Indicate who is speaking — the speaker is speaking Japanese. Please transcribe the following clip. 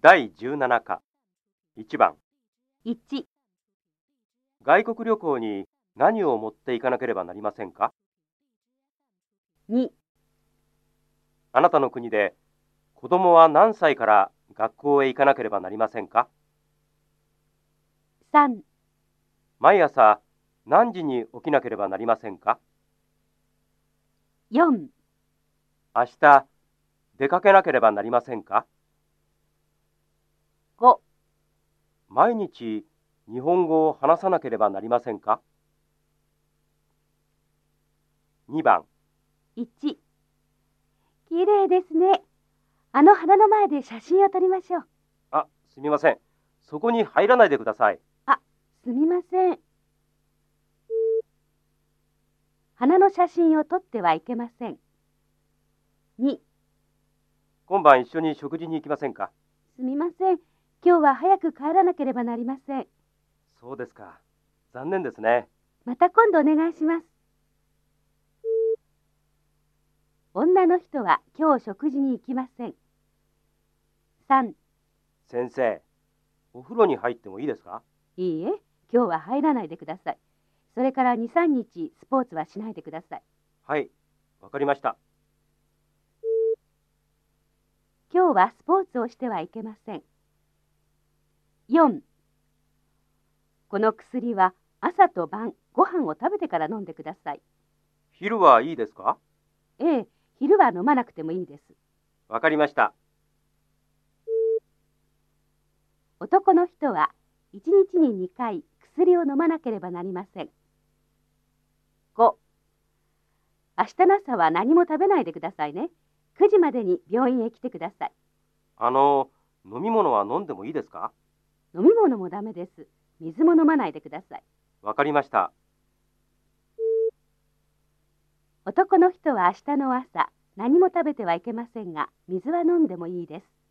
Speaker 1: 第17課1番
Speaker 2: 1、
Speaker 1: 外国旅行に何を持っていかなければなりませんか
Speaker 2: 2、
Speaker 1: あなたの国で子供は何歳から学校へ行かなければなりませんか
Speaker 2: 3、
Speaker 1: 毎朝何時に起きなければなりませんか
Speaker 2: 4、
Speaker 1: 明日出かけなければなりませんか
Speaker 2: 5、
Speaker 1: 毎日日本語を話さなければなりませんか2番
Speaker 2: 1。綺麗ですね。あの花の前で写真を撮りましょう。
Speaker 1: あすみませんそこに入らないでください
Speaker 2: すみません。花の写真を撮ってはいけません。2、
Speaker 1: 今晩一緒に食事に行きませんか
Speaker 2: すみません。今日は早く帰らなければなりません。
Speaker 1: そうですか残念ですね
Speaker 2: また今度お願いします。女の人は今日食事に行きません。3、
Speaker 1: 先生お風呂に入ってもいいですか
Speaker 2: いいえ、今日は入らないでください。それから2、3日スポーツはしないでください。
Speaker 1: はいわかりました
Speaker 2: 今日はスポーツをしてはいけません。4この薬は朝と晩ご飯を食べてから飲んでください。
Speaker 1: 昼はいいですか
Speaker 2: ええ、昼は飲まなくてもいいです。
Speaker 1: わかりました
Speaker 2: 男の人は1日に2回薬を飲まなければなりません。5明日の朝は何も食べないでくださいね。9時までに病院へ来てください。
Speaker 1: あの飲み物は飲んでもいいですか
Speaker 2: 飲み物もダメです。水も飲まないでください。
Speaker 1: わかりました
Speaker 2: 男の人は明日の朝何も食べてはいけませんが水は飲んでもいいです。